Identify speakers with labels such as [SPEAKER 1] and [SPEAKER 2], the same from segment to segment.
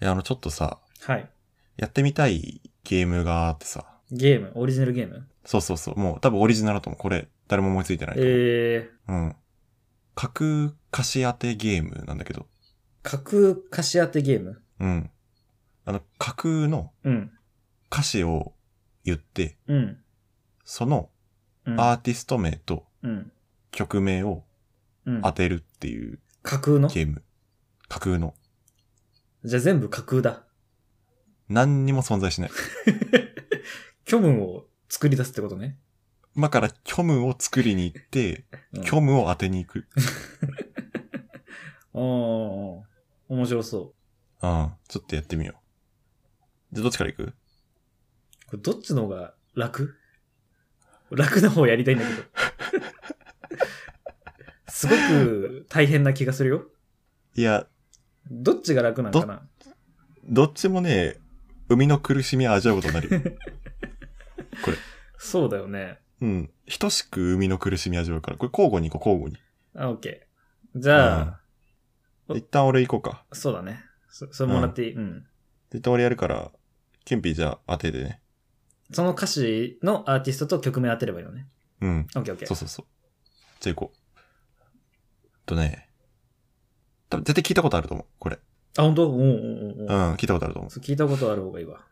[SPEAKER 1] いや、あの、ちょっとさ、
[SPEAKER 2] はい。
[SPEAKER 1] やってみたいゲームがあってさ。
[SPEAKER 2] ゲーム、オリジナルゲーム
[SPEAKER 1] そうそうそう。もう多分オリジナルだと思う。これ、誰も思いついてないと思う。
[SPEAKER 2] えー、
[SPEAKER 1] うん。架空貸し当てゲームなんだけど。
[SPEAKER 2] 架空貸し当てゲーム
[SPEAKER 1] うん。あの、架空の
[SPEAKER 2] うん。
[SPEAKER 1] 歌詞を言って、
[SPEAKER 2] うん。
[SPEAKER 1] その
[SPEAKER 2] うん。
[SPEAKER 1] アーティスト名と
[SPEAKER 2] うん。
[SPEAKER 1] 曲名を
[SPEAKER 2] うん。
[SPEAKER 1] 当てるっていう
[SPEAKER 2] 架空の
[SPEAKER 1] ゲーム。架空の。
[SPEAKER 2] じゃあ全部架空だ。
[SPEAKER 1] 何にも存在しない。
[SPEAKER 2] 虚無を作り出すってことね。
[SPEAKER 1] 今から虚無を作りに行って、
[SPEAKER 2] うん
[SPEAKER 1] 虚無を当てに行く。
[SPEAKER 2] おーおー面白そ
[SPEAKER 1] うん。ちょっとやってみよう。で、どっちから行く
[SPEAKER 2] う。これどっちの方が楽楽な方やりたいんだけど。 すごく大変な気がするよ。
[SPEAKER 1] いや、
[SPEAKER 2] どっちが楽なのかな
[SPEAKER 1] どっちもね、生みの苦しみを味わうことになるよ。
[SPEAKER 2] そうだよね。
[SPEAKER 1] うん。等しく生みの苦しみを味わうから。これ交互に行こう、交互に。
[SPEAKER 2] あ、オッケー。じゃあ、
[SPEAKER 1] うん一旦俺行こうか。
[SPEAKER 2] そうだね。そ、それもらっていい、うん、
[SPEAKER 1] 一旦俺やるから、キュンピーじゃあ当ててね。
[SPEAKER 2] その歌詞のアーティストと曲名当てればいいのね。
[SPEAKER 1] うん。
[SPEAKER 2] オッケーオッケ
[SPEAKER 1] そう
[SPEAKER 2] ー。
[SPEAKER 1] そうそう。じゃあ行こう。えっとね。多分絶対聞いたことあると思う。これ。
[SPEAKER 2] あ、本当？おうおうおう
[SPEAKER 1] う、
[SPEAKER 2] おうん
[SPEAKER 1] 聞いたことあると思う。
[SPEAKER 2] そう聞いたことある方がいいわ。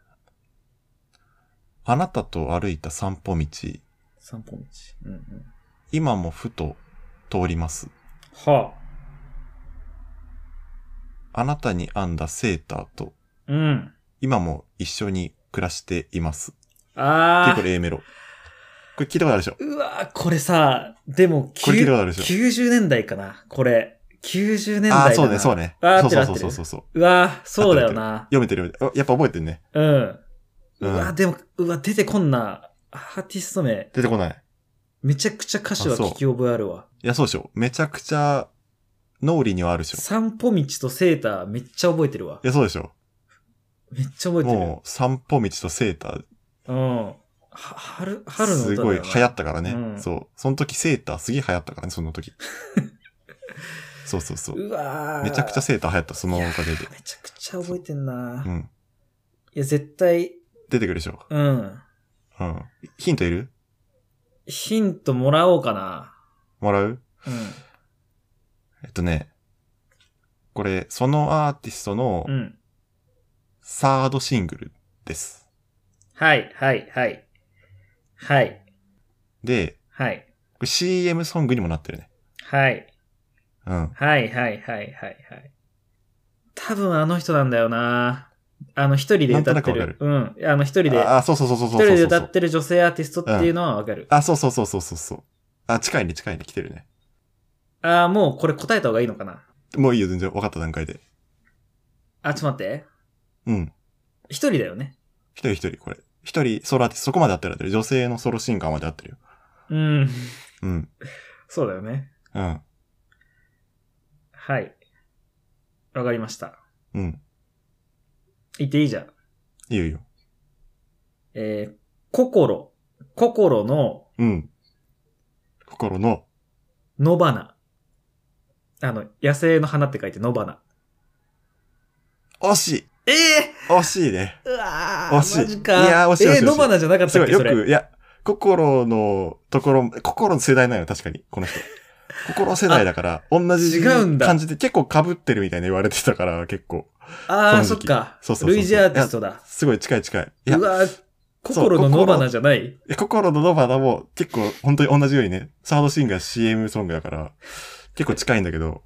[SPEAKER 1] あなたと歩いた散歩道、
[SPEAKER 2] 散歩道。うんうん。
[SPEAKER 1] 今もふと通ります。
[SPEAKER 2] は
[SPEAKER 1] あなたに編んだセーターと、
[SPEAKER 2] あ。うん。
[SPEAKER 1] 今も一緒に暮らしています。で、
[SPEAKER 2] あ
[SPEAKER 1] こ
[SPEAKER 2] あ。
[SPEAKER 1] れ A メロ。これ聞いたことあるでしょ
[SPEAKER 2] うわーこれさ、でも、き
[SPEAKER 1] こ
[SPEAKER 2] ゅ
[SPEAKER 1] れ聞いたことあるでしょ
[SPEAKER 2] 90年代かな。これ。90年代だな。
[SPEAKER 1] ああー、そうね、そうね。
[SPEAKER 2] あー
[SPEAKER 1] そうそう
[SPEAKER 2] 合ってる
[SPEAKER 1] そうそうそう。
[SPEAKER 2] うわーそうだよな。
[SPEAKER 1] 読めてる読めてる。あやっぱ覚えてるね。
[SPEAKER 2] うん。う
[SPEAKER 1] うん
[SPEAKER 2] わーでも、うわ、出てこんな。アーティスト名。
[SPEAKER 1] 出てこない。
[SPEAKER 2] めちゃくちゃ歌詞は
[SPEAKER 1] あそう
[SPEAKER 2] 聞き覚えあるわ。
[SPEAKER 1] いや、そうでしょ。めちゃくちゃ、脳裏にはあるでしょ。
[SPEAKER 2] 散歩道とセーターめっちゃ覚えてるわ
[SPEAKER 1] い。や、そうでしょ。
[SPEAKER 2] めっちゃ覚えてる。
[SPEAKER 1] もう、散歩道とセーター、
[SPEAKER 2] うん。は春、春の歌
[SPEAKER 1] す
[SPEAKER 2] だよ
[SPEAKER 1] ごい
[SPEAKER 2] な
[SPEAKER 1] 流行ったからね。
[SPEAKER 2] うん
[SPEAKER 1] そう。その時セーターすげえ流行ったからね、その 時。そうそうそう。
[SPEAKER 2] うわー
[SPEAKER 1] めちゃくちゃセーター流行った、そのおかげで
[SPEAKER 2] いや。めちゃくちゃ覚えてんな、
[SPEAKER 1] う
[SPEAKER 2] い
[SPEAKER 1] ん。
[SPEAKER 2] や、絶対、
[SPEAKER 1] 出てくるでしょ。
[SPEAKER 2] うん。
[SPEAKER 1] うん。ヒントいる
[SPEAKER 2] ヒントもらおうかな。
[SPEAKER 1] もらう
[SPEAKER 2] う
[SPEAKER 1] えっとね。これ、そのアーティストの
[SPEAKER 2] ん。うん。
[SPEAKER 1] サードシングルです。
[SPEAKER 2] はい、はい、はい。はい、
[SPEAKER 1] で、
[SPEAKER 2] はい。
[SPEAKER 1] これ CM ソングにもなってるね。
[SPEAKER 2] はい、
[SPEAKER 1] うん。
[SPEAKER 2] はい、はい、はい、はい、はい。多分あの人なんだよなあの、一人で歌ってる。
[SPEAKER 1] なんとなく
[SPEAKER 2] うん。あの、一人で、
[SPEAKER 1] あ、そうそうそうそう
[SPEAKER 2] 一
[SPEAKER 1] そう
[SPEAKER 2] 人
[SPEAKER 1] そう
[SPEAKER 2] で
[SPEAKER 1] そう
[SPEAKER 2] 歌ってる女性アーティストっていうのはわかる。
[SPEAKER 1] あ、そうそうそうそうそうそう。あ、近いね、近いね、来てるね。
[SPEAKER 2] ああ、もうこれ答えた方がいいのかな
[SPEAKER 1] もういいよ、全然分かった段階で。
[SPEAKER 2] あ、ちょっと待って。
[SPEAKER 1] うん。
[SPEAKER 2] 一人だよね。
[SPEAKER 1] 一人一人、これ。一人、ソロアーティスト、そこまで合ってる合ってる。女性のソロシンガーまで合ってるよ。
[SPEAKER 2] うん。
[SPEAKER 1] うん。
[SPEAKER 2] そうだよね。
[SPEAKER 1] うん。
[SPEAKER 2] はい。わかりました。
[SPEAKER 1] うん。
[SPEAKER 2] 言っていいじゃん。
[SPEAKER 1] いいよいいよ。
[SPEAKER 2] えー、心。心の
[SPEAKER 1] うん。心の、
[SPEAKER 2] 野花。あの、野生の花って書いて野花。
[SPEAKER 1] 惜しい
[SPEAKER 2] え
[SPEAKER 1] 惜しいね。
[SPEAKER 2] ー、うわ
[SPEAKER 1] 惜しい
[SPEAKER 2] マジか。
[SPEAKER 1] いやー惜しい惜しい
[SPEAKER 2] えー、野花じゃなかっ
[SPEAKER 1] す
[SPEAKER 2] た
[SPEAKER 1] ごい、
[SPEAKER 2] っけ
[SPEAKER 1] よ
[SPEAKER 2] それ。
[SPEAKER 1] く、いや、心のところ、心の世代なの、確かに、この人。心世代だ から、同じ
[SPEAKER 2] 違うんだ
[SPEAKER 1] 感じで結構被ってるみたいな言われてたから、結構。
[SPEAKER 2] あー、
[SPEAKER 1] そ
[SPEAKER 2] そ
[SPEAKER 1] の
[SPEAKER 2] っ
[SPEAKER 1] 時
[SPEAKER 2] か。
[SPEAKER 1] そうそうそうそう
[SPEAKER 2] 類似アーティストだ。
[SPEAKER 1] すごい近い近い。いうや、
[SPEAKER 2] わー心の野花じゃない
[SPEAKER 1] いや心のノバダも結構本当に同じようにね、サードシンガー CM ソングだから、結構近いんだけど、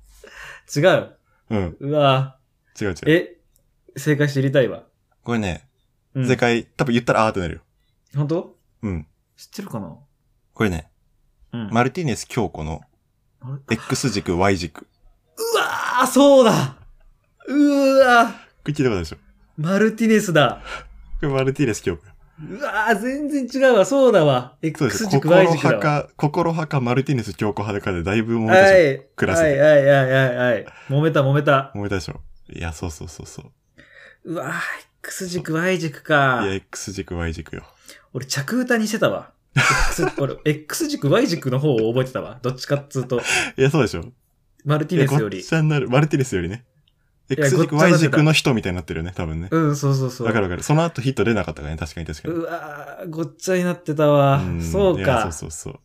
[SPEAKER 2] 違う。
[SPEAKER 1] うん、
[SPEAKER 2] うわ
[SPEAKER 1] 違う違
[SPEAKER 2] ー
[SPEAKER 1] う。
[SPEAKER 2] え、正解知りたいわ。
[SPEAKER 1] これね、
[SPEAKER 2] うん、
[SPEAKER 1] 正解、多分言ったらあーってなるよ。
[SPEAKER 2] 本当
[SPEAKER 1] うん。
[SPEAKER 2] 知ってるかな
[SPEAKER 1] これね、
[SPEAKER 2] うん。
[SPEAKER 1] マルティネス京子の
[SPEAKER 2] あれ
[SPEAKER 1] X 軸 Y 軸。こ
[SPEAKER 2] うわー、そうだうわー、
[SPEAKER 1] れ聞いたことあるでしょ。こ
[SPEAKER 2] マルティネスだ。
[SPEAKER 1] れマルティネス京子。
[SPEAKER 2] うわー、全然違うわ、そうだわ。
[SPEAKER 1] そうです。
[SPEAKER 2] X 軸、
[SPEAKER 1] 心
[SPEAKER 2] Y 軸だ
[SPEAKER 1] 派
[SPEAKER 2] わ。は
[SPEAKER 1] か、心派かマルティネス京子派でかでだいぶ揉
[SPEAKER 2] い。
[SPEAKER 1] めた
[SPEAKER 2] は
[SPEAKER 1] でし
[SPEAKER 2] い、
[SPEAKER 1] クラス
[SPEAKER 2] は
[SPEAKER 1] で
[SPEAKER 2] い、はい、はい、はい。揉めた、揉めた
[SPEAKER 1] ょ。。揉めたでしょ。いや、そうそうそうそう。
[SPEAKER 2] うわー、X 軸、Y 軸か
[SPEAKER 1] い。や、X 軸 Y 軸よ。
[SPEAKER 2] 俺、着歌にしてたわ。X 俺、X 軸、Y 軸の方を覚えてたわ。どっちかっつうと。
[SPEAKER 1] いや、そうでしょ。
[SPEAKER 2] マルティ
[SPEAKER 1] いや
[SPEAKER 2] ネス
[SPEAKER 1] ごっ
[SPEAKER 2] より。
[SPEAKER 1] ちゃになる。マルティネスよりね。
[SPEAKER 2] や
[SPEAKER 1] X 軸、
[SPEAKER 2] ごっちゃ
[SPEAKER 1] Y
[SPEAKER 2] 混ぜた
[SPEAKER 1] 軸の人みたいになってるよね、多分ね。
[SPEAKER 2] うん、そうそうそう。
[SPEAKER 1] わかるわかる。その後ヒット出なかったからね、確かに確かに。
[SPEAKER 2] うわーごっちゃになってたわ
[SPEAKER 1] ん。
[SPEAKER 2] そう
[SPEAKER 1] いや
[SPEAKER 2] か。
[SPEAKER 1] そうそうそう。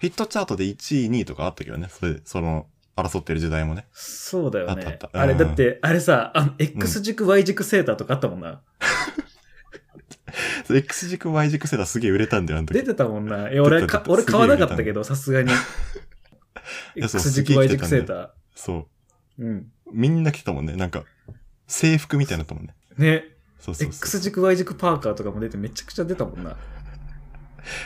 [SPEAKER 1] ヒットチャートで1位、2位とかあったけどね。それ、その、争ってる時代もね。
[SPEAKER 2] そうだよ
[SPEAKER 1] あっ
[SPEAKER 2] ね
[SPEAKER 1] たあっ。た
[SPEAKER 2] あれ、
[SPEAKER 1] うん
[SPEAKER 2] だって、あれさ、あの X 軸、Y 軸セーターとかあったもんな。
[SPEAKER 1] それ X 軸、Y 軸世代すげえ売れたんだよ、あの
[SPEAKER 2] 出
[SPEAKER 1] 時。
[SPEAKER 2] てたもんな。い
[SPEAKER 1] 出
[SPEAKER 2] や、俺
[SPEAKER 1] てた
[SPEAKER 2] か、俺
[SPEAKER 1] すげえ
[SPEAKER 2] 買わなかったけど、さすがに。
[SPEAKER 1] やそう
[SPEAKER 2] X
[SPEAKER 1] すげえ着て
[SPEAKER 2] 軸、Y
[SPEAKER 1] た
[SPEAKER 2] 軸
[SPEAKER 1] んだよ
[SPEAKER 2] セーター。
[SPEAKER 1] そ
[SPEAKER 2] うん。
[SPEAKER 1] う。みんな着てたもんね。なんか、制服みたいになったもんね。
[SPEAKER 2] ね、
[SPEAKER 1] そうそうそう。
[SPEAKER 2] X 軸、Y 軸パーカーとかも出てめちゃくちゃ出たもんな。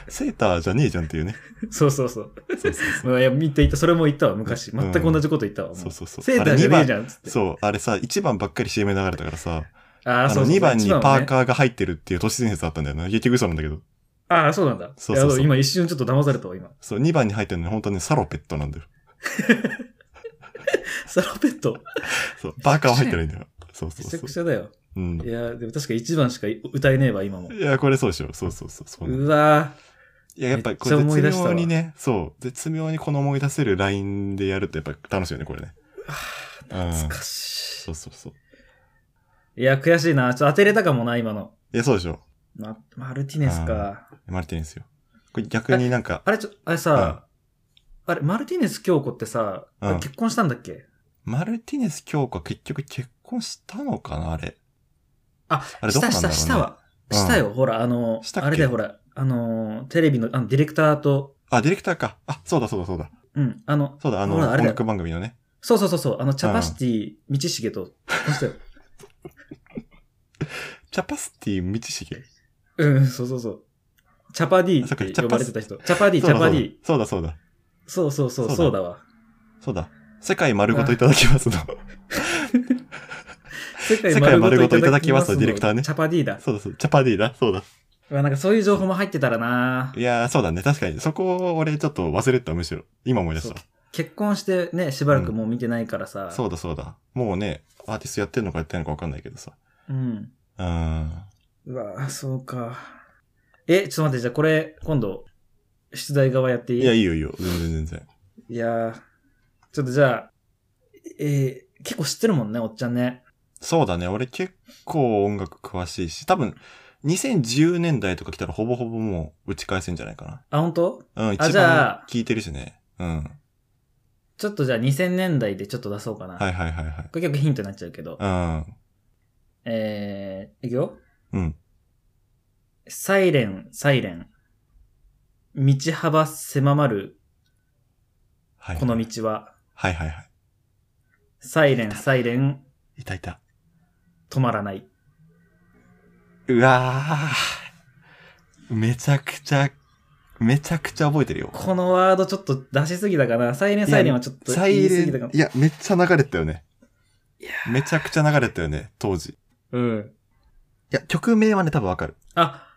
[SPEAKER 1] セーターじゃねえじゃんっていうね。
[SPEAKER 2] そうそうそう。
[SPEAKER 1] そうそうそう。
[SPEAKER 2] まあいや、見ていた、それも言ったわ、昔。
[SPEAKER 1] うん
[SPEAKER 2] 全く同じこと言ったわ。もう
[SPEAKER 1] そうそうそう
[SPEAKER 2] セーターじゃねえじゃん、つって。
[SPEAKER 1] そう、あれさ、1番ばっかり CM 流れたからさ、
[SPEAKER 2] あ
[SPEAKER 1] あ
[SPEAKER 2] あ、そう
[SPEAKER 1] の、
[SPEAKER 2] そう
[SPEAKER 1] 2番にパー
[SPEAKER 2] ー。
[SPEAKER 1] カーが入ってるっていう都市伝説あったんだよな。結局嘘なんだけど。
[SPEAKER 2] ああ、そうなんだ。
[SPEAKER 1] そうそうそう
[SPEAKER 2] いや今一瞬ちょっと騙されたわ、今。
[SPEAKER 1] そう、2番に入ってるのに本当にサロペットなんだよ。
[SPEAKER 2] サロペット。
[SPEAKER 1] そう、パーカーは入ってないんだよ。そうそ
[SPEAKER 2] め
[SPEAKER 1] う
[SPEAKER 2] ち
[SPEAKER 1] そ
[SPEAKER 2] ゃ
[SPEAKER 1] う
[SPEAKER 2] く。ちゃだよ。
[SPEAKER 1] うん。
[SPEAKER 2] いや、でも確か1番しか歌えねえわ、今も。
[SPEAKER 1] いや、これそうでしょ。そうそうそう。そうなの
[SPEAKER 2] うわ
[SPEAKER 1] いや、やっぱこ
[SPEAKER 2] めっちゃ思
[SPEAKER 1] れ
[SPEAKER 2] い出
[SPEAKER 1] 絶
[SPEAKER 2] したわ
[SPEAKER 1] 妙にね、そう、絶妙にこの思い出せるラインでやるとやっぱ楽しいよね、これね。
[SPEAKER 2] ー
[SPEAKER 1] うん。
[SPEAKER 2] 懐かし
[SPEAKER 1] そうそうそう。
[SPEAKER 2] い。いや、悔しいな。ちょっと当てれたかもな、今の。
[SPEAKER 1] いや、そうでしょ。
[SPEAKER 2] まマルティネスか。
[SPEAKER 1] マルティネスよ。これ逆になんか、
[SPEAKER 2] あれ、ちょ、あれさ、あれ、マルティネス京子ってさ、
[SPEAKER 1] うん
[SPEAKER 2] 結婚したんだっけ
[SPEAKER 1] マルティネス京子は結局結婚したのかな、あれ。
[SPEAKER 2] あ、
[SPEAKER 1] あれ
[SPEAKER 2] し
[SPEAKER 1] どうな
[SPEAKER 2] た
[SPEAKER 1] んだろ
[SPEAKER 2] し
[SPEAKER 1] う、ね、
[SPEAKER 2] たしたわ。したよ、ほら、あの
[SPEAKER 1] し、たっけ
[SPEAKER 2] あれだよ、ほら、あの、テレビの、あの、ディレクターと、
[SPEAKER 1] あ、ディレクターか。あ、そうだそうだそうだ。
[SPEAKER 2] うん、あの、
[SPEAKER 1] そうだ、あの、
[SPEAKER 2] ほらあれ
[SPEAKER 1] 音
[SPEAKER 2] だよ
[SPEAKER 1] 楽番組のね。
[SPEAKER 2] そうそうそうそう、あの、チャパシティ、道重と、結婚したよ。
[SPEAKER 1] チャパスティ道重。
[SPEAKER 2] うん、そうそうそう。チャパディ
[SPEAKER 1] あそっか
[SPEAKER 2] って呼ばれてた人。チャパディ、チ
[SPEAKER 1] そう
[SPEAKER 2] ャ
[SPEAKER 1] だ
[SPEAKER 2] パディ。
[SPEAKER 1] そうだそうだ。
[SPEAKER 2] そうそうそう、
[SPEAKER 1] そ
[SPEAKER 2] そう
[SPEAKER 1] だ
[SPEAKER 2] うだわ。
[SPEAKER 1] そうだ。世界丸ごといただき ますの。
[SPEAKER 2] 世
[SPEAKER 1] 世界丸ごといただきますのディレクターね
[SPEAKER 2] チャパディだ。
[SPEAKER 1] そうだそう。チャパディだ。そうだ。
[SPEAKER 2] うわなんかそういう情報も入ってたらない
[SPEAKER 1] やー、そうだね。確かに。そこを俺ちょっと忘れてた、むしろ。今思い出し
[SPEAKER 2] 結婚してね、しばらくもう見てないからさ。
[SPEAKER 1] た。そうだそうだ。もうね、アーティストやってんのかやってないのかわかんないけどさ。
[SPEAKER 2] うん。
[SPEAKER 1] うーん。
[SPEAKER 2] うわそうか。え、ちょっと待って、じゃあこれ、今度、出題側やっていい
[SPEAKER 1] いや、いいよいいよ。全然全然。
[SPEAKER 2] いやーちょっとじゃあ、えー結構知ってるもんね、おっちゃんね。
[SPEAKER 1] そうだね。俺結構音楽詳しいし、多分、2010年代とか来たらほぼほぼもう打ち返せんじゃないか
[SPEAKER 2] あ、本当？
[SPEAKER 1] な。うん、一
[SPEAKER 2] じゃ
[SPEAKER 1] 番
[SPEAKER 2] あ
[SPEAKER 1] 聞いてるしね。うん。
[SPEAKER 2] ちょっとじゃあ2000年代でちょっと出そうかな。
[SPEAKER 1] はいはいはいはい。
[SPEAKER 2] これ結構ヒントになっちゃうけど。
[SPEAKER 1] うん。
[SPEAKER 2] えー、いくよ。
[SPEAKER 1] うん。
[SPEAKER 2] サイレン、サイレン。道幅狭まる、
[SPEAKER 1] はい。
[SPEAKER 2] この道は。
[SPEAKER 1] はいはいは
[SPEAKER 2] サイレン、サイレン、
[SPEAKER 1] い。いたいた。
[SPEAKER 2] 止まらない。
[SPEAKER 1] うわー。めちゃくちゃ、めちゃくちゃ覚えてるよ。
[SPEAKER 2] このワードちょっと出しすぎたかな。サイレン、サイレンはちょっと
[SPEAKER 1] サ
[SPEAKER 2] 言
[SPEAKER 1] イ
[SPEAKER 2] い
[SPEAKER 1] レ
[SPEAKER 2] すぎたか
[SPEAKER 1] ン
[SPEAKER 2] も、
[SPEAKER 1] い。や、めっちゃ流れてたよね。
[SPEAKER 2] いや
[SPEAKER 1] めちゃくちゃ流れてたよね、当時。い
[SPEAKER 2] うん。
[SPEAKER 1] や、曲名はね、多分わかる。
[SPEAKER 2] あ、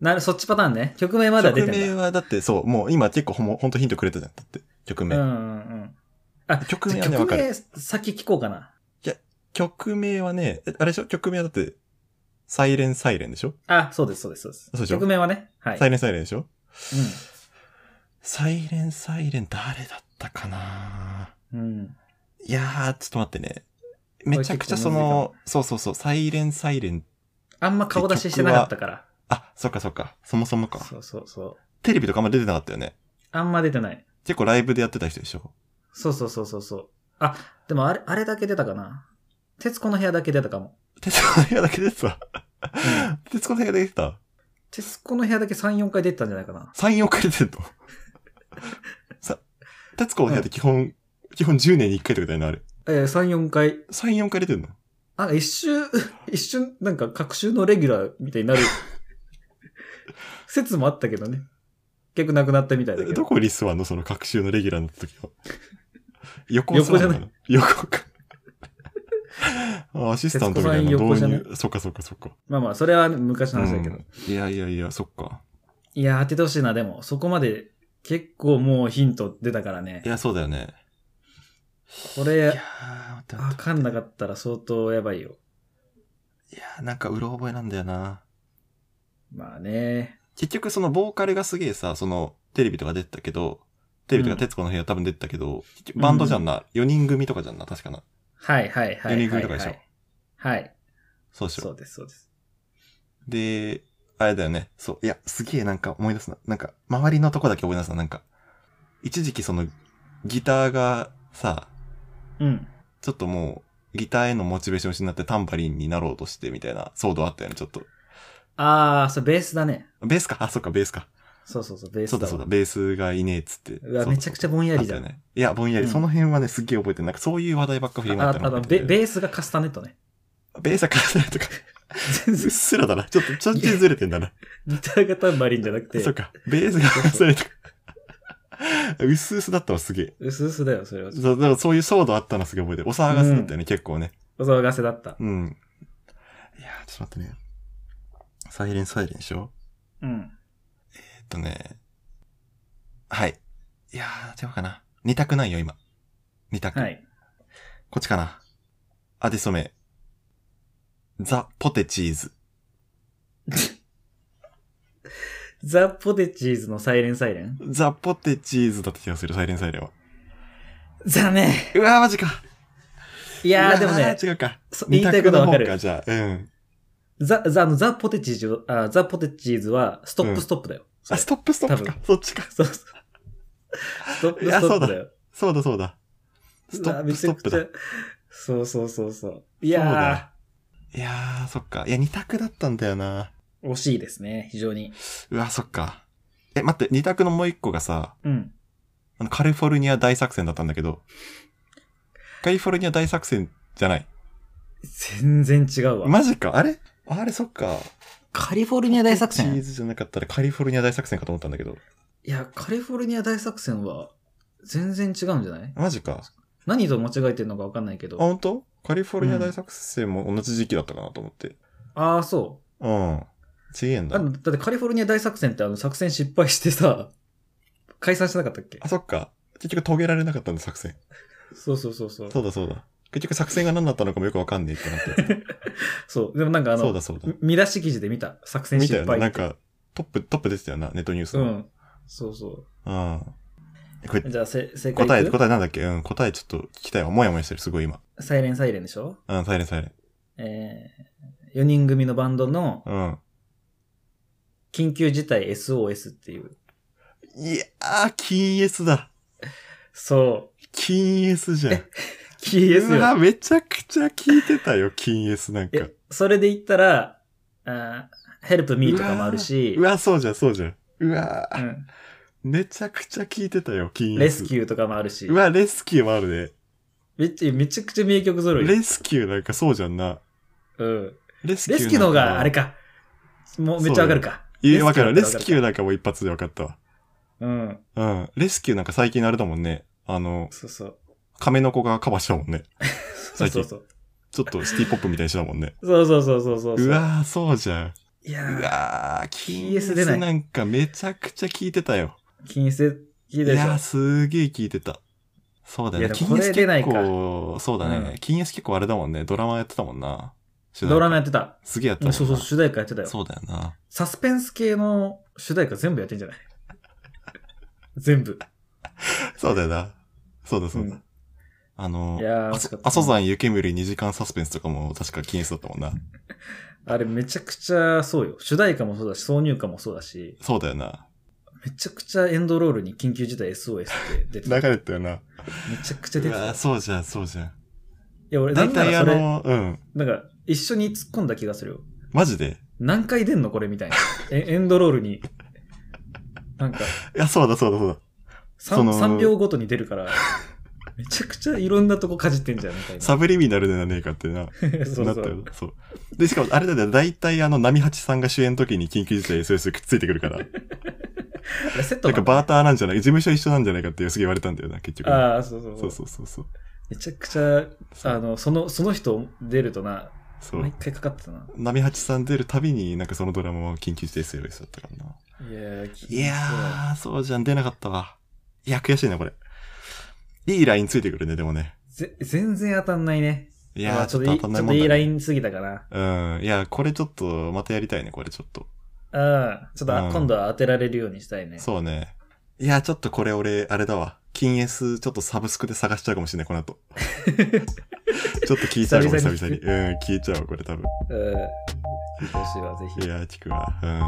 [SPEAKER 2] なる、そっちパターンね。曲名まだ出
[SPEAKER 1] 曲
[SPEAKER 2] てん
[SPEAKER 1] 名
[SPEAKER 2] だ。
[SPEAKER 1] はだって、そう、もう今結構ほんほんとヒントくれたじゃん。だって、曲名。
[SPEAKER 2] うんうんうん。あ、
[SPEAKER 1] 曲
[SPEAKER 2] じ
[SPEAKER 1] 名
[SPEAKER 2] ゃ
[SPEAKER 1] は
[SPEAKER 2] あ
[SPEAKER 1] ね、わか
[SPEAKER 2] 曲
[SPEAKER 1] る。
[SPEAKER 2] 名、先聞こうかな。
[SPEAKER 1] 曲名はね、えあれでしょ曲名はだって、サイレンサイレンでしょ、
[SPEAKER 2] あ、そうです、そうです、そうです。
[SPEAKER 1] そうでしょ
[SPEAKER 2] 曲名はね。はい。
[SPEAKER 1] サ
[SPEAKER 2] う
[SPEAKER 1] イ
[SPEAKER 2] ん。
[SPEAKER 1] レンサイレンでしょサイレンサイレン誰だったかな
[SPEAKER 2] うん。
[SPEAKER 1] いやー、ちょっと待ってね。
[SPEAKER 2] れ
[SPEAKER 1] めちゃくちゃその、そうそうそう、サイレンサイレン。
[SPEAKER 2] あんま顔出ししてなかったから。
[SPEAKER 1] あ、そっかそっか。そもそもか。
[SPEAKER 2] そうそうそう。
[SPEAKER 1] テレビとかあんま出てなかったよね。
[SPEAKER 2] あんま出てない。
[SPEAKER 1] 結構ライブでやってた人でしょ。
[SPEAKER 2] そうそうそうそうそう。あ、でもあれ、あれだけ出たかな。徹子の部屋だけ出たかも。
[SPEAKER 1] 徹子の部屋だけ出てた。徹子の部屋だけ出てた。
[SPEAKER 2] 徹子の部屋だけ3、4回出てたんじゃないかな。
[SPEAKER 1] 3、4回出てんの。さ、徹子の部屋って基本、基本10年に1回とかだよね、あれ。
[SPEAKER 2] えー、3、4回。
[SPEAKER 1] 3、4回出てんの。
[SPEAKER 2] あ、一周、一瞬、なんか、各週のレギュラーみたいになる。説もあったけどね。結局なくなったみたいだけ
[SPEAKER 1] ど
[SPEAKER 2] ど。
[SPEAKER 1] こに座んのその各週のレギュラーの時 は。横
[SPEAKER 2] 横じ
[SPEAKER 1] 座
[SPEAKER 2] ゃ
[SPEAKER 1] ん
[SPEAKER 2] な
[SPEAKER 1] の
[SPEAKER 2] い
[SPEAKER 1] か横 か。あアシスタントみたいな
[SPEAKER 2] 徹子さん横
[SPEAKER 1] 導
[SPEAKER 2] じゃない
[SPEAKER 1] 入。そっかそっかそっか。
[SPEAKER 2] まあまあ、それは昔の話だけど。
[SPEAKER 1] うんいやいやいや、そっか。
[SPEAKER 2] いや、当ててほしいな、でも。そこまで、結構もうヒント出たからね
[SPEAKER 1] い。や、そうだよね。
[SPEAKER 2] こ
[SPEAKER 1] い
[SPEAKER 2] れ、
[SPEAKER 1] ー待って待
[SPEAKER 2] わ
[SPEAKER 1] っ
[SPEAKER 2] かんなかったら相当やばいよ。
[SPEAKER 1] ていやーなんかうろ覚えなんだよな。
[SPEAKER 2] まあね。
[SPEAKER 1] 結局そのボーカルがすげえさ、そのテレビとか出てたけど、テレビと
[SPEAKER 2] う
[SPEAKER 1] か
[SPEAKER 2] ん
[SPEAKER 1] 徹子の部屋多分出てたけど、結局バンドじゃんな、4人組とかじゃんな、確かな。
[SPEAKER 2] はいはいはい。
[SPEAKER 1] ユニグルとかでしょ
[SPEAKER 2] はい。はい。
[SPEAKER 1] そうでしょ
[SPEAKER 2] そうです、そうです。
[SPEAKER 1] で、あれだよね。そう。いや、すげえなんか思い出すな。なんか、周りのとこだけ思い出すな。なんか、一時期その、ギターがさ、
[SPEAKER 2] うん。
[SPEAKER 1] ちょっともう、ギターへのモチベーション失ってタンバリンになろうとしてみたいな騒動あったよね、ちょっと。
[SPEAKER 2] あー、そう、ベースだね。
[SPEAKER 1] ベースかあ、そっか、ベースか。
[SPEAKER 2] そうそうそう、ベース
[SPEAKER 1] そうだ
[SPEAKER 2] だわ
[SPEAKER 1] そうだ、ベースがいねえっつって。
[SPEAKER 2] うわ、めちゃくちゃぼん
[SPEAKER 1] ぼ
[SPEAKER 2] やりだ。
[SPEAKER 1] ね。いや、ぼんやり。
[SPEAKER 2] うん
[SPEAKER 1] その辺はね、すっげえ覚えてる。なんかそういう話題ばっか振り
[SPEAKER 2] あ
[SPEAKER 1] 回
[SPEAKER 2] あ
[SPEAKER 1] ったの
[SPEAKER 2] の
[SPEAKER 1] 覚
[SPEAKER 2] ベ、
[SPEAKER 1] えてる
[SPEAKER 2] ベースがカスタネットね。
[SPEAKER 1] ベースは変わらないとか、
[SPEAKER 2] 全
[SPEAKER 1] うっ
[SPEAKER 2] 然、
[SPEAKER 1] すらだな。ちょっと、ちょっとずれてんだな。
[SPEAKER 2] ギターがタンバリンじゃなくて、
[SPEAKER 1] そうか、ベースが変わらないとか。うすうすだったわ、すげえ。
[SPEAKER 2] うすうすだよ、それは。
[SPEAKER 1] そうだからそういう騒動あったのすげえ覚えてる。お騒がせだったよね、結構ね。
[SPEAKER 2] お騒がせだった。
[SPEAKER 1] うん。いやー、ちょっと待ってね。サイレンサイレンでしょ
[SPEAKER 2] うん。
[SPEAKER 1] えっとね。はい。いやー、違うかな。二択ないよ、今。二択。
[SPEAKER 2] はい。
[SPEAKER 1] こっちかな。あ、で、そめ。ザ・ポテチーズ。
[SPEAKER 2] ザ・ポテチーズのサイレンサイレン
[SPEAKER 1] ザ・ポテチーズだった気がする、サイレンサイレンは。
[SPEAKER 2] 残念
[SPEAKER 1] うわー、マジか。
[SPEAKER 2] い
[SPEAKER 1] い
[SPEAKER 2] やー、でもね、
[SPEAKER 1] 違うか。
[SPEAKER 2] そ言
[SPEAKER 1] 二
[SPEAKER 2] いたい
[SPEAKER 1] 択
[SPEAKER 2] こと
[SPEAKER 1] の方
[SPEAKER 2] はわか
[SPEAKER 1] か、
[SPEAKER 2] る。
[SPEAKER 1] じゃあ。うん。
[SPEAKER 2] ザ、ザ、あの、ザ・ポテチーズ、あザ・ポテチーズは、ストップストップだよ。
[SPEAKER 1] あ、ストップストップか
[SPEAKER 2] 多。
[SPEAKER 1] そっちか。
[SPEAKER 2] そうそう。ストップ
[SPEAKER 1] いや
[SPEAKER 2] スト
[SPEAKER 1] そう
[SPEAKER 2] ッ
[SPEAKER 1] だ
[SPEAKER 2] プだよ。
[SPEAKER 1] そうだ、そうだ。スト
[SPEAKER 2] うわ
[SPEAKER 1] ッ
[SPEAKER 2] め
[SPEAKER 1] プス
[SPEAKER 2] ち
[SPEAKER 1] ト
[SPEAKER 2] ゃ
[SPEAKER 1] ッ
[SPEAKER 2] く
[SPEAKER 1] プ
[SPEAKER 2] ち
[SPEAKER 1] だ
[SPEAKER 2] ゃ。。そうそうそうそう。い
[SPEAKER 1] そう
[SPEAKER 2] や
[SPEAKER 1] だいやー、そっか。いや、二択だったんだよな。
[SPEAKER 2] ー、惜しいですね、非常に。
[SPEAKER 1] うわ、そっか。え、待って、二択のもう一個がさ、
[SPEAKER 2] うん。
[SPEAKER 1] あの、カリフォルニア大作戦だったんだけど、カリフォルニア大作戦じゃない。
[SPEAKER 2] 全然違うわ。
[SPEAKER 1] マジか。あれあれ、そっか。
[SPEAKER 2] カリフォルニア大作
[SPEAKER 1] チー
[SPEAKER 2] 戦
[SPEAKER 1] ズじゃなかったらカリフォルニア大作戦かと思ったんだけど。
[SPEAKER 2] いや、カリフォルニア大作戦は、全然違うんじゃない
[SPEAKER 1] マジか。
[SPEAKER 2] 何と間違えてるのかわかんないけ
[SPEAKER 1] あ、
[SPEAKER 2] ど。
[SPEAKER 1] 本当？カリフォルニア大作戦も同じ時期だったかなと思って。
[SPEAKER 2] ああ、そう。
[SPEAKER 1] うん。ちげえんだ。
[SPEAKER 2] あのだってカリフォルニア大作戦ってあの作戦失敗してさ、 解散しなかったっけ
[SPEAKER 1] あ、そっか。結局遂げられなかったんだ、作戦。
[SPEAKER 2] そうそうそうそう。
[SPEAKER 1] そうだそうだ。結局作戦が何だったのかもよくわかんねえってなって。
[SPEAKER 2] そう。でも なんかあ
[SPEAKER 1] そう
[SPEAKER 2] の
[SPEAKER 1] だ、そうだ
[SPEAKER 2] み。見出し記事で見た。作戦
[SPEAKER 1] 見た
[SPEAKER 2] 失
[SPEAKER 1] よ
[SPEAKER 2] 敗
[SPEAKER 1] ね。
[SPEAKER 2] って。
[SPEAKER 1] なんか、トップ、トップ出てたよな、ネットニュース
[SPEAKER 2] う
[SPEAKER 1] の。
[SPEAKER 2] ん。そうそ
[SPEAKER 1] うん。えこれ
[SPEAKER 2] う。、じゃあ、せ正解
[SPEAKER 1] 答
[SPEAKER 2] い
[SPEAKER 1] え、
[SPEAKER 2] く
[SPEAKER 1] 答えなんだっけうん、答えちょっと聞きたいわ。もやもやしてる、すごい今。
[SPEAKER 2] サイレンサイレンでしょ
[SPEAKER 1] うん、サイレンサイレン。
[SPEAKER 2] えー、4人組のバンドの
[SPEAKER 1] うん。
[SPEAKER 2] 緊急事態 SOS っていう。
[SPEAKER 1] いやー、金 S だ。
[SPEAKER 2] そう。
[SPEAKER 1] 金 S じゃん。
[SPEAKER 2] キーです
[SPEAKER 1] うわ、
[SPEAKER 2] よ。
[SPEAKER 1] めちゃくちゃ聞いてたよ、金 S なんか
[SPEAKER 2] え。、それで言ったら、あー help me とかもあるし、
[SPEAKER 1] うわ、そうじゃん、そうじゃん。うわ
[SPEAKER 2] う
[SPEAKER 1] ー、
[SPEAKER 2] ん
[SPEAKER 1] めちゃくちゃ聞いてたよ、金 S。
[SPEAKER 2] レスキューとかもあるし
[SPEAKER 1] う、わ、レスキューもある
[SPEAKER 2] めっちゃめちゃくちゃ名曲揃
[SPEAKER 1] ね。
[SPEAKER 2] い。
[SPEAKER 1] レスキューなんかそうじゃんな。
[SPEAKER 2] うん。
[SPEAKER 1] レスキューな
[SPEAKER 2] レ
[SPEAKER 1] んか。
[SPEAKER 2] スキューの方が、あれか。もうめっちゃわかるか。
[SPEAKER 1] いや、わかる。レスキ
[SPEAKER 2] ュー
[SPEAKER 1] ューなんかも一発で分かったわ。
[SPEAKER 2] だったらわかる。うん。
[SPEAKER 1] うん。レスキューなんか最近あれだもんね。あの、
[SPEAKER 2] そうそう。
[SPEAKER 1] 亀の子がカバーしたもんね。
[SPEAKER 2] そうそうそう。
[SPEAKER 1] ちょっとシティポップみたいにしたもんね。
[SPEAKER 2] そうそうそう そうそう
[SPEAKER 1] うわー、そうじゃん。
[SPEAKER 2] いや
[SPEAKER 1] う
[SPEAKER 2] ー、
[SPEAKER 1] わー、キ
[SPEAKER 2] TS
[SPEAKER 1] ー
[SPEAKER 2] 出ない
[SPEAKER 1] スなんかめちゃくちゃ聞いてたよ。
[SPEAKER 2] 金星聞い
[SPEAKER 1] い
[SPEAKER 2] たでし
[SPEAKER 1] やー、
[SPEAKER 2] ょ。
[SPEAKER 1] すげー聞いてた。そうだ
[SPEAKER 2] いや
[SPEAKER 1] ね。
[SPEAKER 2] で
[SPEAKER 1] キ
[SPEAKER 2] もこ
[SPEAKER 1] ー
[SPEAKER 2] れ
[SPEAKER 1] ス
[SPEAKER 2] 出ない
[SPEAKER 1] 結
[SPEAKER 2] か
[SPEAKER 1] 構、そうだ
[SPEAKER 2] う
[SPEAKER 1] ね
[SPEAKER 2] ん。
[SPEAKER 1] キース結構あれだもんね。ドラマやってたもんな。主題歌
[SPEAKER 2] ドラマやってた。
[SPEAKER 1] すげえやったも
[SPEAKER 2] う
[SPEAKER 1] ん
[SPEAKER 2] ん
[SPEAKER 1] な
[SPEAKER 2] そうそう、主題歌やってたよ。
[SPEAKER 1] そうだよな。
[SPEAKER 2] サスペンス系の主題歌全部やってんじゃない 全部。
[SPEAKER 1] そうだよな。そうだそう
[SPEAKER 2] う
[SPEAKER 1] だ
[SPEAKER 2] ん。
[SPEAKER 1] あの
[SPEAKER 2] いやー、
[SPEAKER 1] 阿
[SPEAKER 2] 惜しか
[SPEAKER 1] 蘇
[SPEAKER 2] った
[SPEAKER 1] 阿蘇山湯煙2時間サスペンスとかも確かキースだったもんな。
[SPEAKER 2] あれめちゃくちゃそうよ。主題歌もそうだし、挿入歌もそうだし、
[SPEAKER 1] そうだよな。
[SPEAKER 2] めちゃくちゃエンドロールに緊急事態 SOS って出てた。
[SPEAKER 1] 流
[SPEAKER 2] め
[SPEAKER 1] れたよな。
[SPEAKER 2] ちゃくちゃ
[SPEAKER 1] う
[SPEAKER 2] 出てた。
[SPEAKER 1] わ
[SPEAKER 2] い
[SPEAKER 1] そうじゃん、そうじゃん。
[SPEAKER 2] や、俺、
[SPEAKER 1] だ
[SPEAKER 2] だ
[SPEAKER 1] い
[SPEAKER 2] ったた
[SPEAKER 1] いあ
[SPEAKER 2] らそれ、
[SPEAKER 1] の、うん。
[SPEAKER 2] なんか、一緒に突っ込んだ気がするよ。
[SPEAKER 1] マジで。
[SPEAKER 2] 何回出んのこれみた いな。えエンドロールに。なんか
[SPEAKER 1] いや、そうだ、そうだ、そうだ。そ
[SPEAKER 2] 3,
[SPEAKER 1] の
[SPEAKER 2] 3秒ごとに出るから、めちゃくちゃいろんなとこかじってんじゃんみたいな。
[SPEAKER 1] サブリミナルではねえかってな。
[SPEAKER 2] そう
[SPEAKER 1] な
[SPEAKER 2] そ
[SPEAKER 1] ったよ
[SPEAKER 2] う。
[SPEAKER 1] な。そう。で、しかも、あれだよ、だいたいあの、波八さんが主演の時に緊急事態 SOS くっついてくる から。
[SPEAKER 2] あれセット
[SPEAKER 1] なんか
[SPEAKER 2] なのか
[SPEAKER 1] バーターなんじゃない事務所一緒なんじゃないかってすげえ言われたんだよな、結局。
[SPEAKER 2] ああ、そうそう
[SPEAKER 1] そ
[SPEAKER 2] そうう。
[SPEAKER 1] そうそうそう。
[SPEAKER 2] めちゃくちゃ、
[SPEAKER 1] そう
[SPEAKER 2] あの、その、その人出るとな、
[SPEAKER 1] そう
[SPEAKER 2] 毎。回かかってたな。
[SPEAKER 1] 波八さん出るたびに、なんかそのドラマは緊急事態 SOS だったからな。
[SPEAKER 2] いやー、
[SPEAKER 1] いやー、そうじゃん、出なかったわ。いや、悔しいな、これ。いいラインついてくるね、でもね。
[SPEAKER 2] ぜ全然当たんないね。
[SPEAKER 1] い
[SPEAKER 2] い
[SPEAKER 1] やー、ちょっと
[SPEAKER 2] い
[SPEAKER 1] 当
[SPEAKER 2] いち
[SPEAKER 1] たん
[SPEAKER 2] ょっ
[SPEAKER 1] ない
[SPEAKER 2] と
[SPEAKER 1] もん
[SPEAKER 2] いい
[SPEAKER 1] だ
[SPEAKER 2] ラ
[SPEAKER 1] ね
[SPEAKER 2] イン過ぎたかな。
[SPEAKER 1] うん。いや、これちょっと、またやりたいね、これちょっと。
[SPEAKER 2] うん。ちょっと、
[SPEAKER 1] うん
[SPEAKER 2] 今度は当てられるようにしたいね。
[SPEAKER 1] そうね。いや、ちょっとこれ俺、あれだわ。金 S ちょっとサブスクで探しちゃうかもしれない、この 後。ちょっと聞いちゃうかも、
[SPEAKER 2] 久
[SPEAKER 1] 久
[SPEAKER 2] 々に
[SPEAKER 1] 々に。うん、聞いちゃうわ、これ多分。
[SPEAKER 2] うん。女子はぜひ
[SPEAKER 1] い。やー、聞くわ。うん。